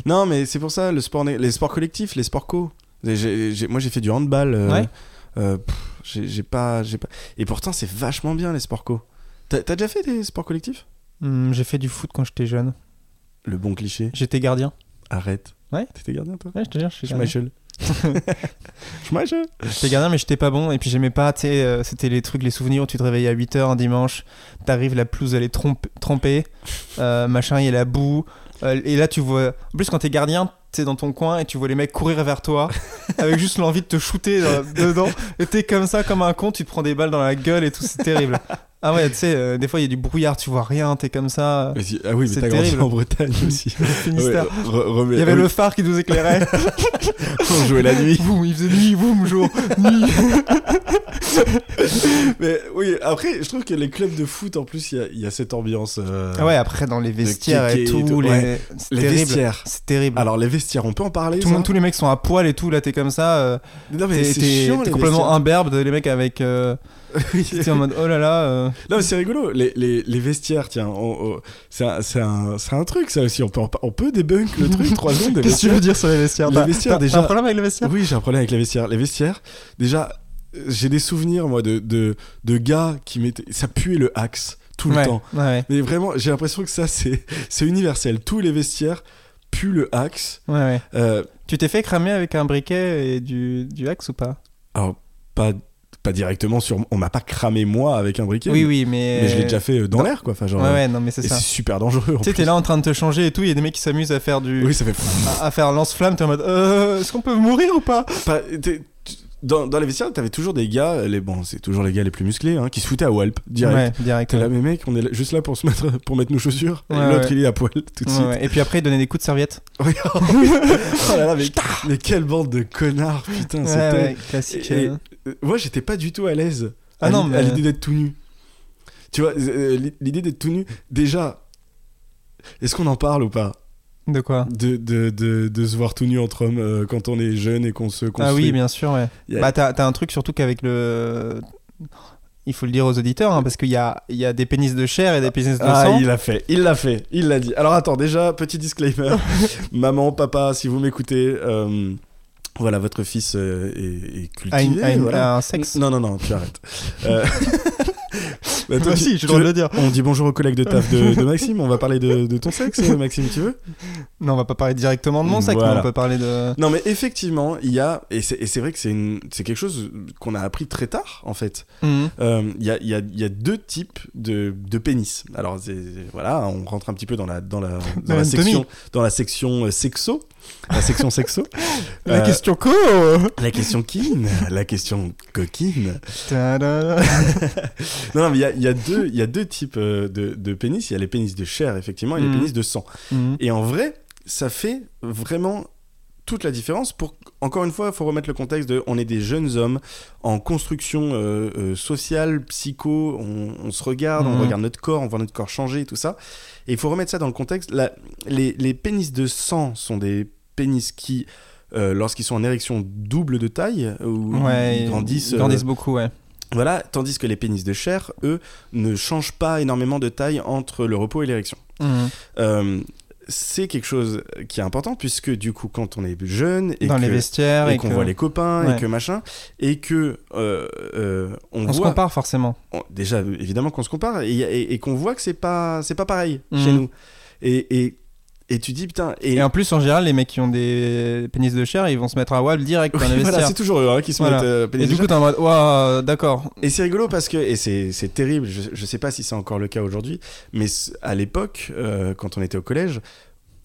non, mais c'est pour ça, le sport, né- les sports collectifs, les sports co. Et j'ai- j'ai- moi, j'ai fait du handball. euh, Ouais. euh, pff, j'ai j'ai pas, j'ai pas. Et pourtant, c'est vachement bien les sports co. T'as t'as déjà fait des sports collectifs Hmm, J'ai fait du foot quand j'étais jeune. Le bon cliché. J'étais gardien. Arrête. Ouais. T'étais gardien, toi Ouais, je te jure, je suis gardien. Schmeichel. Schmeichel. J'étais gardien, mais j'étais pas bon. Et puis, j'aimais pas, tu sais, euh, c'était les trucs, les souvenirs où tu te réveillais à 8h un dimanche, t'arrives, la pelouse, elle est trompe- trempée, euh, machin, il y a la boue. Euh, et là, tu vois. En plus, quand t'es gardien, t'es dans ton coin et tu vois les mecs courir vers toi avec juste l'envie de te shooter euh, dedans. Et t'es comme ça, comme un con, tu te prends des balles dans la gueule et tout, c'est terrible. Ah ouais, tu sais, euh, des fois, il y a du brouillard, tu vois rien, t'es comme ça. Mais si- Ah oui, mais C'est t'as grandi terrible. en Bretagne aussi. Finistère. Ouais, re- remets- Il y avait ah oui, le phare qui nous éclairait. on jouait la nuit. boum, il faisait nuit, boum, jour, nuit. Mais oui, après, je trouve que les clubs de foot, en plus, il y a- il y, a cette ambiance. euh, Ah ouais, après, dans les vestiaires et kéké et tout, tout, les... ouais. c'est les terrible. vestiaires. C'est terrible. Alors, les vestiaires, on peut en parler tout le ça monde, tous les mecs sont à poil et tout, là t'es comme ça, euh, Non, mais t'es c'est t'es- chiant, t'es les complètement imberbe, les mecs avec... euh, vestiaires. t'es en mode oh là là... euh. Non, mais c'est rigolo. Les, les, les vestiaires, tiens, on- on- c'est un, c'est un- c'est un truc, ça aussi. On peut, en par- on peut débunk le truc trois secondes. des Qu'est-ce que tu vestiaires. veux dire sur les vestiaires Les T'as- vestiaires, t'as- déjà- T'as un problème avec les vestiaires Oui, j'ai un problème avec les vestiaires. Les vestiaires, déjà, euh, j'ai des souvenirs, moi, de, de, de gars qui mettaient. Ça puait le axe tout le ouais, temps. Ouais, ouais, Mais vraiment, j'ai l'impression que ça, c'est c'est universel. Tous les vestiaires puent le axe. ouais, ouais. Euh, Tu t'es fait cramer avec un briquet et du, du axe ou pas alors, pas, pas directement sur. On m'a pas cramé, moi, avec un briquet. Oui, oui, mais... Mais je l'ai déjà fait euh, dans dans- l'air, quoi. Enfin, genre, Ouais, euh, ouais, non mais c'est et ça. c'est super dangereux. en Tu sais, plus. t'es là en train de te changer et tout, il y a des mecs qui s'amusent à faire du... Oui, ça fait. à, à faire lance-flamme, t'es en mode euh, est-ce qu'on peut mourir ou pas Pas- t'es- tu- dans, dans les vestiaires, t'avais toujours des gars, les, bon, c'est toujours les gars les plus musclés, hein, qui se foutaient à Walp direct. Ouais, direct. T'es là, mais mec, on est là- juste là pour se mettre, pour mettre nos chaussures. Et Ouais, L'autre, ouais. il est à poil tout de Ouais, suite. ouais. Et puis après, donner des coups de serviette. Oui, oh là là, mais, mais quelle bande de connards, putain, Ouais, c'était. ouais, classique. et- euh. Euh, Moi, j'étais pas du tout à l'aise Ah à non, l'i- mais- à l'idée d'être tout nu. Tu vois, euh, l'idée d'être tout nu, déjà, est-ce qu'on en parle ou pas De quoi de, de, de, de se voir tout nu entre hommes euh, quand on est jeune et qu'on se construit Ah oui, bien sûr, ouais. Il y a- Bah, t'as t'as un truc surtout qu'avec le. Il faut le dire aux auditeurs, hein, parce qu'il y a, il y a des pénis de chair et des pénis de Ah, sang. il l'a fait, il l'a fait, il l'a dit. Alors attends, déjà, petit disclaimer. Maman, papa, si vous m'écoutez, euh, voilà, votre fils euh, est, est À, Ah, une- cultivé. à une- voilà. à un sexe. Non, non, non, tu arrêtes. Euh, bah, toi, Toi tu- aussi, j'ai tu le droit de veux- le dire. On dit bonjour aux collègues de taf de, de Maxime, on va parler de, de ton sexe, euh, Maxime, tu veux Non, on va pas parler directement de mon sexe, Voilà. mais on peut parler de. Non, mais effectivement, il y a, et c'est et c'est vrai que c'est une- c'est quelque chose qu'on a appris très tard, en fait. Mhm. Euh, Il y, a, il y a- il y a deux types de, de pénis. Alors c'est- voilà, on rentre un petit peu dans la dans la, dans la Anatomie. section dans la section euh, sexo, la section sexo, Euh, question co la question quine, la question coquine. Ta-da-da. Non, non, mais il y a, il y a deux il y a deux types euh, de, de pénis. Il y a les pénis de chair effectivement et Mhm. les pénis de sang. Mhm. Et en vrai, ça fait vraiment toute la différence. Pour encore une fois, il faut remettre le contexte de, on est des jeunes hommes en construction euh, euh, sociale, psycho. On, on se regarde, on Mhm. regarde notre corps, on voit notre corps changer, et tout ça. Et il faut remettre ça dans le contexte. La- les, les pénis de sang sont des pénis qui euh, lorsqu'ils sont en érection double de taille, euh, ou Ouais, ils grandissent, euh, beaucoup, ouais. voilà, tandis que les pénis de chair, eux, ne changent pas énormément de taille entre le repos et l'érection. Mhm. Euh, c'est quelque chose qui est important puisque du coup quand on est jeune et Dans que- les vestiaires et et, qu'on que- voit les copains et Ouais. que machin et que euh, euh, on, On se voit compare forcément. on- déjà évidemment qu'on se compare et, et- et qu'on voit que c'est pas c'est pas pareil Mhm. chez nous et, et et tu dis putain et, Et en plus, en général, les mecs qui ont des pénis de chair, ils vont se mettre à wall direct Oui, dans les voilà, vestiaires. c'est toujours eux hein, qui se Voilà. mettent euh, pénis et de du coup, t'es en mode, Ouah, d'accord. Et c'est rigolo parce que, et c'est c'est terrible, je, je sais pas si c'est encore le cas aujourd'hui, mais c- à l'époque, euh, quand on était au collège,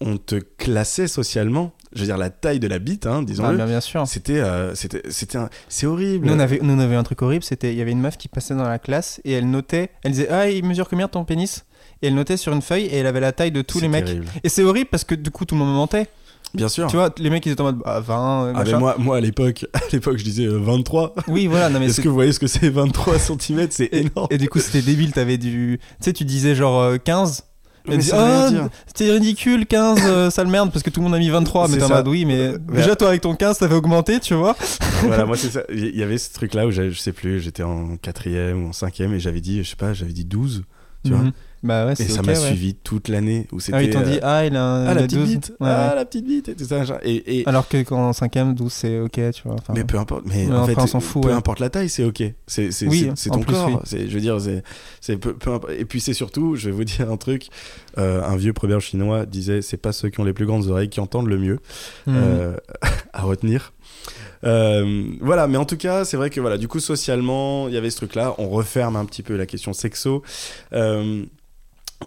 on te classait socialement, je veux dire la taille de la bite, hein, Ah, disons-le, bien, bien sûr. c'était, euh, c'était, c'était un- c'est horrible. Nous on, avait, nous, on avait un truc horrible, c'était il y avait une meuf qui passait dans la classe et elle notait, elle disait Ah, il mesure combien ton pénis Et elle notait sur une feuille et elle avait la taille de tous C'est les mecs. terrible. Et c'est horrible parce que du coup, tout le monde me mentait. Bien sûr. Tu vois, les mecs ils étaient en mode Bah, 20, Ah, mais machin. moi, moi à l'époque, à l'époque, je disais euh, 23. Oui, voilà, non mais Est-ce c'est- que vous voyez ce que c'est 23 cm C'est Et, énorme. et du coup, c'était débile, t'avais du. Tu sais, tu disais genre euh, 15. Mais Elle dit, ça veut rien Ah, dire. c'était ridicule, 15, euh, sale merde, parce que tout le monde a mis 23, mais C'est t'es en ça. mode oui, mais Euh, déjà toi avec ton 15, t'avais augmenté, tu vois. voilà, moi c'est ça. Il y avait ce truc là où j'avais- je sais plus, j'étais en quatrième ou en cinquième et j'avais dit, je sais pas, j'avais dit 12. Tu vois Mhm. Bah ouais, Et c'est ça ok, m'a ouais. suivi toute l'année où c'était. Ah, ils t'ont dit, euh, ah, il a un. ah, il la a petite 12. bite, Ouais, Ah, ah ouais. la petite bite et tout ça. genre. Et, et- Alors que quand en 5ème, 12, c'est ok, tu vois. enfin, mais peu importe, mais, Mais en après, fait, on s'en fout, peu ouais. importe la taille, c'est ok. C'est c'est- Oui, c'est- c'est en ton plus, corps. oui. C'est- Je veux dire, c'est c'est peu, peu importe. Et puis c'est surtout, je vais vous dire un truc. euh, un vieux proverbe chinois disait, c'est pas ceux qui ont les plus grandes oreilles qui entendent le mieux. hmm. euh, à retenir. Euh, voilà, mais en tout cas, c'est vrai que voilà, du coup, socialement, il y avait ce truc-là. On referme un petit peu la question sexo. Euh,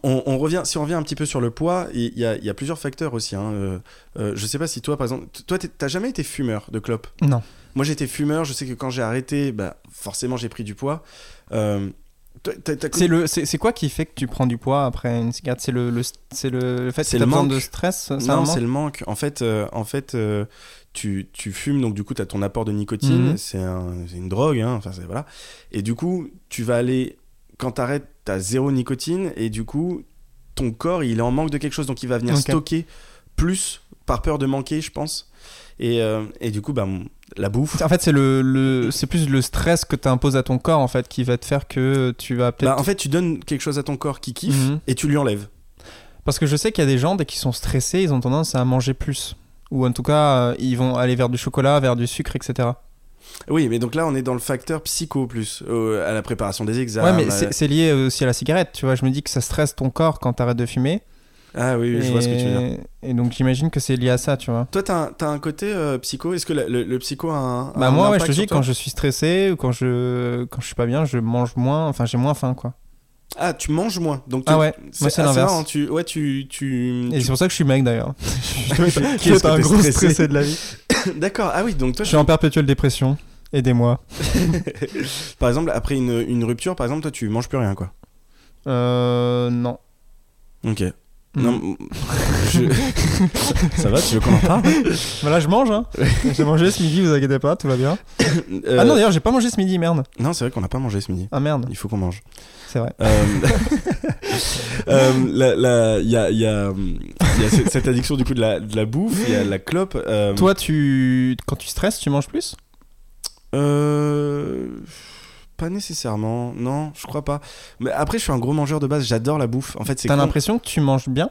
on, on revient, si on revient un petit peu sur le poids, il il y, a- il y a plusieurs facteurs aussi. hein. Euh, euh, je sais pas si toi, par exemple, t- toi, t'es- t'as jamais été fumeur de clope Non. Moi, j'étais fumeur. Je sais que quand j'ai arrêté, bah, forcément, j'ai pris du poids. Euh, toi, t'as- t'as connu- C'est le, c'est c'est quoi qui fait que tu prends du poids après une cigarette C'est le, le, c'est le, le fait que C'est t'as le besoin manque. de stress, ça non, un c'est manque le manque. En fait, euh, en fait euh, tu, tu fumes, donc du coup, tu as ton apport de nicotine. Mhm. C'est un- c'est une drogue. hein. Enfin, c'est- voilà. Et du coup, tu vas aller. Quand tu arrêtes, tu as zéro nicotine. Et du coup, ton corps, il est en manque de quelque chose. Donc, il va venir Ok. stocker plus par peur de manquer, je pense. Et, euh, et du coup, bah, mon- la bouffe. En fait, c'est le, le- c'est plus le stress que tu imposes à ton corps en fait qui va te faire que tu vas peut-être. Bah, en fait, tu donnes quelque chose à ton corps qui kiffe Mhm. et tu lui enlèves. Parce que je sais qu'il y a des gens dès qu'ils sont stressés, ils ont tendance à manger plus. Ou en tout cas, euh, ils vont aller vers du chocolat, vers du sucre, etc. Oui, mais donc là, on est dans le facteur psycho plus, euh, à la préparation des ouais, examens. mais à- c'est- c'est lié aussi à la cigarette. Tu vois, je me dis que ça stresse ton corps quand t'arrêtes de fumer. Ah oui, oui, je Et- vois ce que tu veux dire. Et donc j'imagine que c'est lié à ça, tu vois. Toi, t'as un, t'as un côté euh, psycho Est-ce que la- le, le psycho a un. Bah un moi, ouais, je impact te sur dis, toi quand je suis stressé ou quand je, quand je suis pas bien, je mange moins, enfin j'ai moins faim, quoi. Ah, tu manges moins. Donc Ah ouais, c'est moi, c'est assez l'inverse. marrant, tu... Ouais, tu. tu... Et tu- c'est pour ça que je suis mec d'ailleurs. Qui est-ce que t'es stressé de la vie. D'accord, ah oui, donc Je toi, suis en perpétuelle dépression. Aidez-moi. par exemple, après une, une rupture, par exemple, toi, tu manges plus rien, quoi. Euh, non. Ok. Non, je- ça va, tu veux qu'on en parle Ah, Voilà, je mange. Hein. j'ai mangé ce midi, vous inquiétez pas, tout va bien. Euh, Ah non, d'ailleurs, j'ai pas mangé ce midi, merde. non, c'est vrai qu'on n'a pas mangé ce midi. Ah merde, Il faut qu'on mange. c'est vrai. Euh, euh, la- la- Il y a, il y a, hum, il y a ce- cette addiction du coup de la, de la bouffe, il y a la clope. euh, Toi, tu quand tu stresses, tu manges plus euh, Pas nécessairement, non, je crois pas. Mais après, je suis un gros mangeur de base, j'adore la bouffe. En fait, c'est T'as con. l'impression que tu manges bien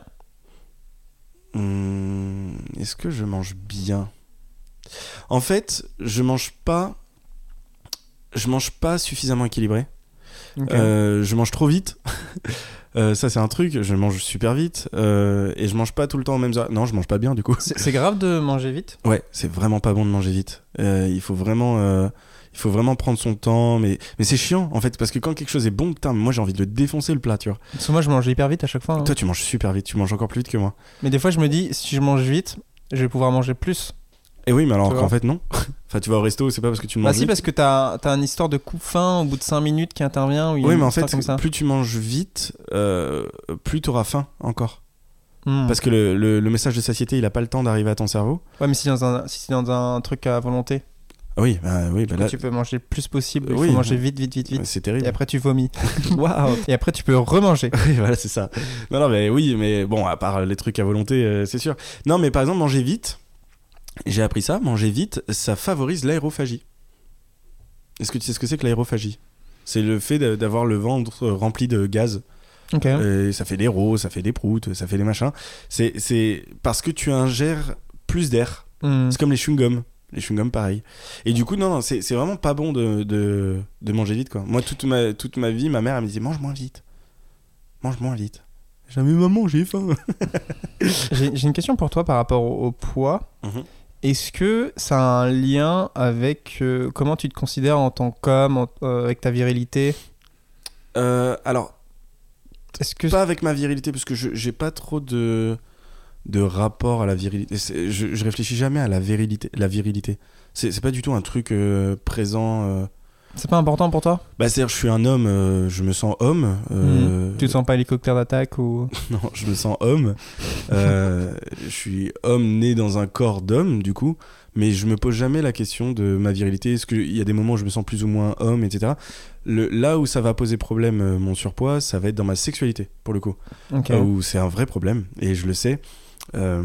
Hum, Est-ce que je mange bien En fait, je mange pas. Je mange pas suffisamment équilibré. Ok. Euh, je mange trop vite. Euh, ça, c'est un truc. Je mange super vite. euh, et je mange pas tout le temps aux mêmes horaires. Non, je mange pas bien du coup. C'est c'est grave de manger vite. Ouais, c'est vraiment pas bon de manger vite. Euh, il faut vraiment. euh, Il faut vraiment prendre son temps, mais, mais c'est chiant en fait, parce que quand quelque chose est bon, putain, moi j'ai envie de le défoncer le plat, tu vois. Parce que moi, je mange hyper vite à chaque fois. hein. Toi, tu manges super vite, tu manges encore plus vite que moi. Mais des fois, je me dis, si je mange vite, je vais pouvoir manger plus. Et oui, mais alors Tu vois. qu'en fait, non. enfin, tu vas au resto, c'est pas parce que tu manges Bah si, vite. parce que t'as as une histoire de coup fin au bout de 5 minutes qui intervient. ou il y a Oui, une mais en histoire fait, comme ça. plus tu manges vite, euh, plus t'auras faim encore. Hmm. Parce que le, le- le message de satiété, il a pas le temps d'arriver à ton cerveau. Ouais, mais si, dans un- si c'est dans un truc à volonté, Ah oui, bah, oui, bah, là, tu peux manger le plus possible, il Oui. faut manger vite, vite, vite, vite. c'est terrible. Et après, tu vomis. Waouh Et après, tu peux remanger. Oui, voilà, c'est ça. Non, non, mais oui, mais bon, à part les trucs à volonté, euh, c'est sûr. Non, mais par exemple, manger vite, j'ai appris ça, manger vite, ça favorise l'aérophagie. Est-ce que tu sais ce que c'est que l'aérophagie C'est le fait de- d'avoir le ventre rempli de gaz. Ok. Et ça fait des rots, ça fait des proutes, ça fait des machins. C'est- C'est parce que tu ingères plus d'air. Hmm. C'est comme les chewing-gums. Les chewing-gums, pareil. Et du coup, non, non, c'est c'est vraiment pas bon de, de, de manger vite, quoi. Moi, toute ma, toute ma vie, ma mère, elle me disait mange moins vite. Mange moins vite. Jamais maman, j'ai faim. J'ai j'ai une question pour toi par rapport au, au poids. Mhm. Est-ce que ça a un lien avec euh, comment tu te considères en tant qu'homme, en- euh, avec ta virilité Euh, alors, Est-ce que pas avec ma virilité, parce que je- j'ai pas trop de, de rapport à la virilité. C'est- Je, je réfléchis jamais à la virilité. La virilité. C'est c'est pas du tout un truc euh, présent. euh. c'est pas important pour toi Bah, c'est-à-dire, je suis un homme, euh, je me sens homme. euh, Mmh. Tu te sens pas hélicoptère d'attaque ou Non, je me sens homme. Euh, je suis homme né dans un corps d'homme, du coup. Mais je me pose jamais la question de ma virilité. Est-ce qu'il y a des moments où je me sens plus ou moins homme, etc. Le, là où ça va poser problème, euh, mon surpoids, ça va être dans ma sexualité, pour le coup. Ok. Là Où c'est un vrai problème, et je le sais. Euh,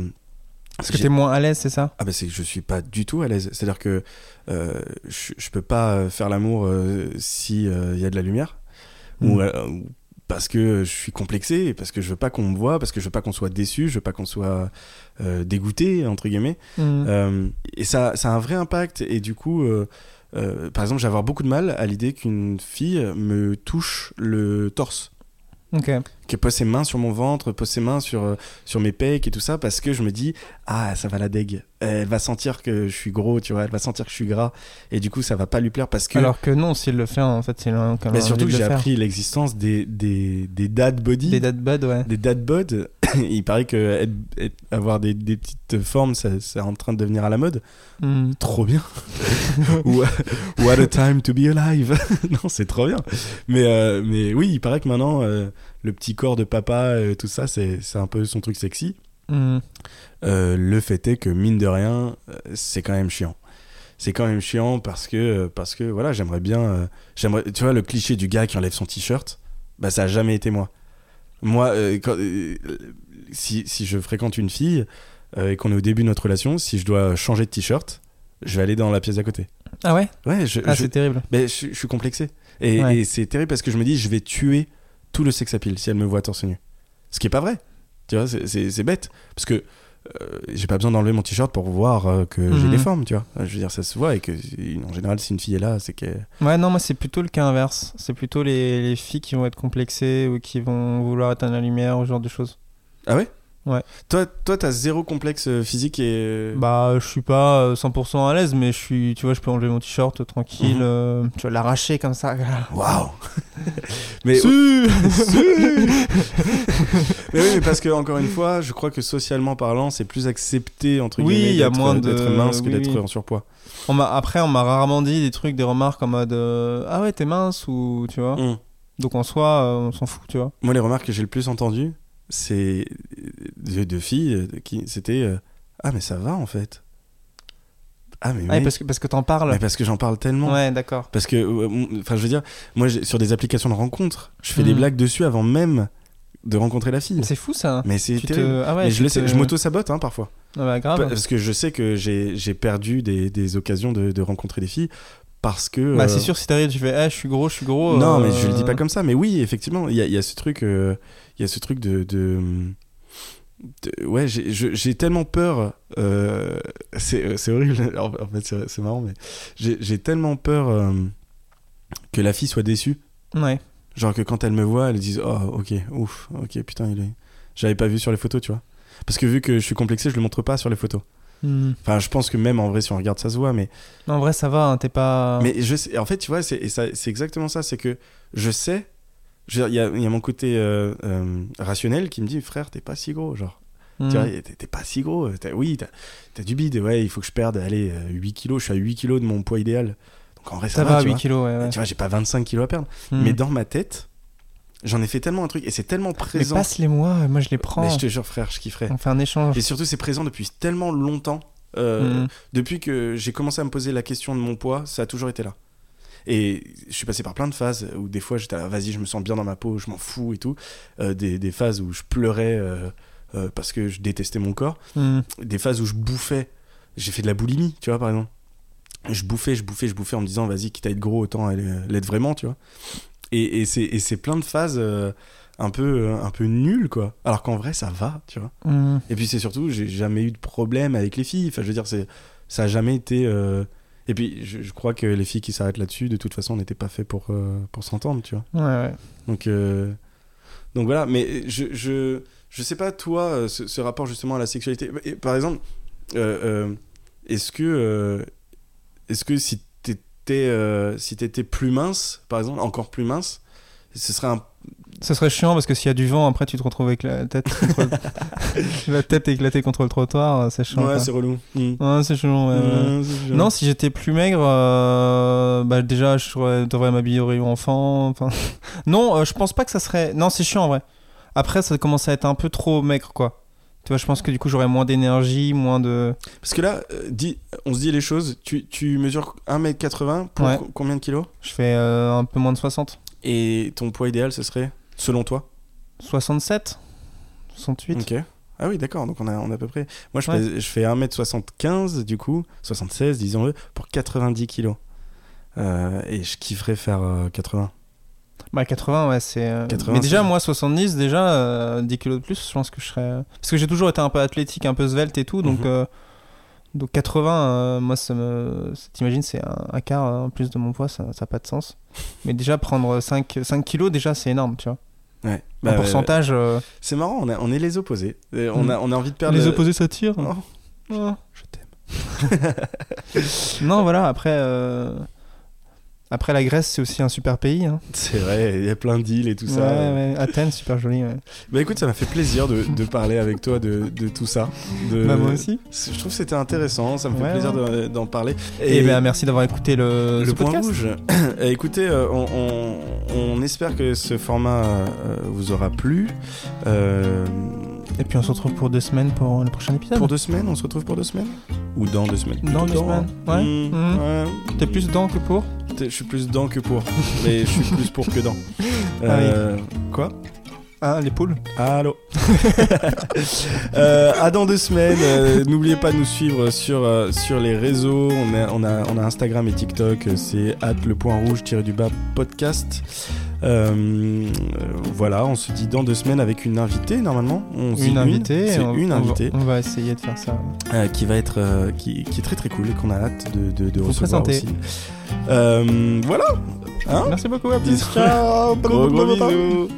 Parce que j'ai- t'es moins à l'aise, c'est ça ah bah c'est que je suis pas du tout à l'aise. C'est-à-dire que euh, je, je peux pas euh, faire l'amour euh, si euh, y a de la lumière ou, Mm. euh, ou parce que je suis complexé, et parce que je veux pas qu'on me voit, parce que je veux pas qu'on soit déçu, je veux pas qu'on soit euh, dégoûté entre guillemets. Hmm. Euh, et ça, ça a un vrai impact. Et du coup, euh, euh, par exemple, j'ai avoir beaucoup de mal à l'idée qu'une fille me touche le torse Euh, Ok. qui pose ses mains sur mon ventre, pose ses mains sur, euh, sur mes pecs et tout ça, parce que je me dis, ah, ça va la deg. Elle va sentir que je suis gros, tu vois, elle va sentir que je suis gras, et du coup, ça va pas lui plaire parce que. Alors que non, s'il le fait, en fait, c'est un Mais surtout que j'ai appris l'existence des, des, des dad body. Des dad bud, ouais. Des dad bod. Il paraît que être- être- avoir des, des petites formes, ça- c'est en train de devenir à la mode. Hmm. Trop bien. Ou- What a time to be alive. non, c'est trop bien. Mais, euh, mais oui, il paraît que maintenant, euh, le petit corps de papa, euh, tout ça, c'est c'est un peu son truc sexy. Hmm. Euh, le fait est que, mine de rien, euh, c'est quand même chiant. C'est quand même chiant parce que, euh, parce que voilà, j'aimerais bien. euh, j'aimerais, tu vois, le cliché du gars qui enlève son t-shirt, bah, ça a jamais été moi. Moi, euh, quand- euh, si, si je fréquente une fille euh, et qu'on est au début de notre relation, si je dois changer de t-shirt, je vais aller dans la pièce d'à côté. Ah ouais Ouais, je, Ah, je- c'est terrible. ben, je, je suis complexé. Et, Ouais. et c'est terrible parce que je me dis, je vais tuer tout le sex appeal si elle me voit torse nu. Ce qui est pas vrai. Tu vois, c'est- c'est c'est bête. Parce que euh, j'ai pas besoin d'enlever mon t-shirt pour voir euh, que j'ai Mhm. des formes, tu vois. Je veux dire, ça se voit et que, en général, si une fille est là, c'est que. Ouais, non, moi, c'est plutôt le cas inverse. C'est plutôt les, les filles qui vont être complexées ou qui vont vouloir éteindre la lumière ou ce genre de choses. Ah ouais Ouais. Toi, toi, t'as zéro complexe euh, physique et. Bah, je suis pas euh, 100% à l'aise, mais je suis, tu vois, je peux enlever mon t-shirt euh, tranquille, Mhm. euh, tu vas l'arracher comme ça. Waouh Mais. Si Mais oui, mais parce que encore une fois, je crois que socialement parlant, c'est plus accepté entre Oui, guillemets il y a d'être- moins de- d'être mince que oui, d'être oui. en surpoids. on m'a après, on m'a rarement dit des trucs, des remarques en mode euh, ah ouais, t'es mince ou tu vois. Hum. Donc en soi, euh, on s'en fout, tu vois. Moi, les remarques que j'ai le plus entendues, c'est deux, deux filles qui c'était euh, ah mais ça va en fait. Ah mais, Ah, et mec, parce que, parce que t'en parles. mais parce que j'en parle tellement. Ouais, d'accord. Parce que, euh, mon- enfin, je veux dire, moi, j'ai- sur des applications de rencontres, je fais des Hmm. blagues dessus avant même de rencontrer la fille. C'est fou ça. Mais c'est Tu te- terrible. Ah ouais, mais je tu le sais, te- je m'auto-sabote hein, parfois. Ah bah, grave. Parce que je sais que j'ai j'ai perdu des, des occasions de, de rencontrer des filles parce que. Bah, euh, c'est sûr, si t'arrives, tu fais Ah, je suis gros, je suis gros. Non, euh, mais je le dis pas comme ça. Mais oui, effectivement, il y a, il y a ce truc, euh, il y a ce truc de. de- de- ouais, j'ai je- j'ai tellement peur. euh, c'est euh, c'est horrible. En en fait, c'est c'est marrant, mais j'ai j'ai tellement peur euh, que la fille soit déçue. Ouais. Genre que quand elle me voit, elle dise Oh, ok, ouf, ok, putain, il est. J'avais pas vu sur les photos, tu vois. Parce que vu que je suis complexé, je le montre pas sur les photos. Hmm. Enfin, je pense que même en vrai, si on regarde, ça se voit, mais. En vrai, ça va, hein, t'es pas. Mais je sais- en fait, tu vois, c'est et ça- c'est exactement ça. C'est que je sais. je veux dire, Il y, a- il y a mon côté euh, euh, rationnel qui me dit Frère, t'es pas si gros, genre. Hmm. Tu vois, t'es t'es pas si gros. euh, t'as- oui, t'as t'as du bide, ouais, il faut que je perde, allez, euh, 8 kilos. Je suis à 8 kilos de mon poids idéal. Donc en vrai, ça, ça va, va, tu 8 vois. kilos, ouais. ouais. Tu vois, j'ai pas 25 kilos à perdre. Hmm. Mais dans ma tête, j'en ai fait tellement un truc et c'est tellement Mais présent. passe-les-moi, moi je les prends. Mais je te jure, frère, je kifferais. On fait un échange. Et surtout, c'est présent depuis tellement longtemps. Euh, Mm. Depuis que j'ai commencé à me poser la question de mon poids, ça a toujours été là. Et je suis passé par plein de phases où des fois j'étais là, vas-y, je me sens bien dans ma peau, je m'en fous et tout. Euh, des, des phases où je pleurais euh, euh, parce que je détestais mon corps. Hmm. Des phases où je bouffais. J'ai fait de la boulimie, tu vois, par exemple. Je bouffais, je bouffais, je bouffais en me disant, vas-y, quitte à être gros, autant elle- l'être vraiment, tu vois. Et, et c'est et c'est plein de phases euh, un, peu, euh, un peu nulles, quoi. Alors qu'en vrai, ça va, tu vois. Hmm. Et puis c'est surtout, j'ai jamais eu de problème avec les filles. Enfin, je veux dire, c'est ça a jamais été. euh, Et puis je, je crois que les filles qui s'arrêtent là-dessus, de toute façon, n'étaient pas fait pour euh, pour s'entendre, tu vois. Ouais, ouais. Donc euh, donc voilà. Mais je je je sais pas toi euh, ce, ce rapport justement à la sexualité. Et par exemple, euh, euh, est-ce que euh, est-ce que si t'étais euh, si t'étais plus mince, par exemple, encore plus mince, ce serait un Ce serait chiant parce que s'il y a du vent, après tu te retrouves avec la tête, contre le- la tête éclatée contre le trottoir, euh, c'est chiant. ouais, quoi. c'est relou. Mm. Ouais, c'est chiant. ouais, ouais. Mm, c'est chiant. Non, si j'étais plus maigre, euh, bah déjà je serais- devrais m'habiller au rayon enfant. enfin. non, euh, je pense pas que ça serait. Non, c'est chiant en vrai. Après, ça commence à être un peu trop maigre quoi. Tu vois, je pense que du coup j'aurais moins d'énergie, moins de. Parce que là, euh, dis- on se dit les choses. Tu, tu mesures 1m80 pour Ouais. co- combien de kilos Je fais euh, un peu moins de 60. Et ton poids idéal, ce serait Selon toi 67 68 Ok. Ah oui, d'accord. Donc on a, on a à peu près. Moi, je, Ouais. pèse- je fais 1m75, du coup, 76, disons-le, pour 90 kilos. Euh, et je kifferais faire euh, 80. Bah 80 ouais c'est... euh, 80, mais déjà c'est- moi 70 déjà euh, 10 kilos de plus je pense que je serais... euh, Parce que j'ai toujours été un peu athlétique, un peu svelte et tout donc... Mhm. euh, Donc 80, euh, moi ça me... ça, T'imagines c'est un, un quart euh, en plus de mon poids, ça n'a pas de sens. Mais déjà prendre 5, 5 kilos déjà c'est énorme tu vois. Bah, Ouais. en pourcentage, euh, ouais. C'est marrant, on, a- on est les opposés. Euh, on, Mm. a, on a envie de perdre. les le- opposés s'attirent. Oh, Ah. je t'aime. Non voilà après... euh, Après la Grèce c'est aussi un super pays. hein. C'est vrai, il y a plein d'îles et tout ça. Ouais, ouais, Athènes super joli. ouais. Bah écoute, ça m'a fait plaisir de, de parler avec toi de, de tout ça. De... Bah, moi aussi. Je trouve que c'était intéressant, ça me fait Ouais, plaisir de- d'en parler. Et, ben merci d'avoir écouté le, le ce point podcast. rouge. Eh, Écoutez, euh, on, on- on espère que ce format euh, vous aura plu. Euh, Et puis on se retrouve pour deux semaines pour le prochain épisode. pour deux semaines, on se retrouve pour deux semaines Ou dans deux semaines Dans deux Plutôt semaines, hein. ouais. Mmh, Mhm. ouais. T'es plus dedans que pour T'es- Je suis plus dans que pour, mais je suis plus pour que dans. Euh, Quoi Ah, les poules Allô Euh, À dans deux semaines. euh, N'oubliez pas de nous suivre sur, euh, sur les réseaux. On a, on, a, on a Instagram et TikTok. euh, C'est at le point rouge tiré du bas podcast. Euh, euh, voilà, on se dit dans deux semaines avec une invitée normalement. On se dit Une invitée. c'est on- une on va- invitée On va, essayer de faire ça. euh, qui va être euh, qui, qui est très très cool et qu'on a hâte de, de, de Vous recevoir présenter. aussi. Euh, voilà, Hein Oh. Merci beaucoup, à plus. Bisous. gros gros bisous.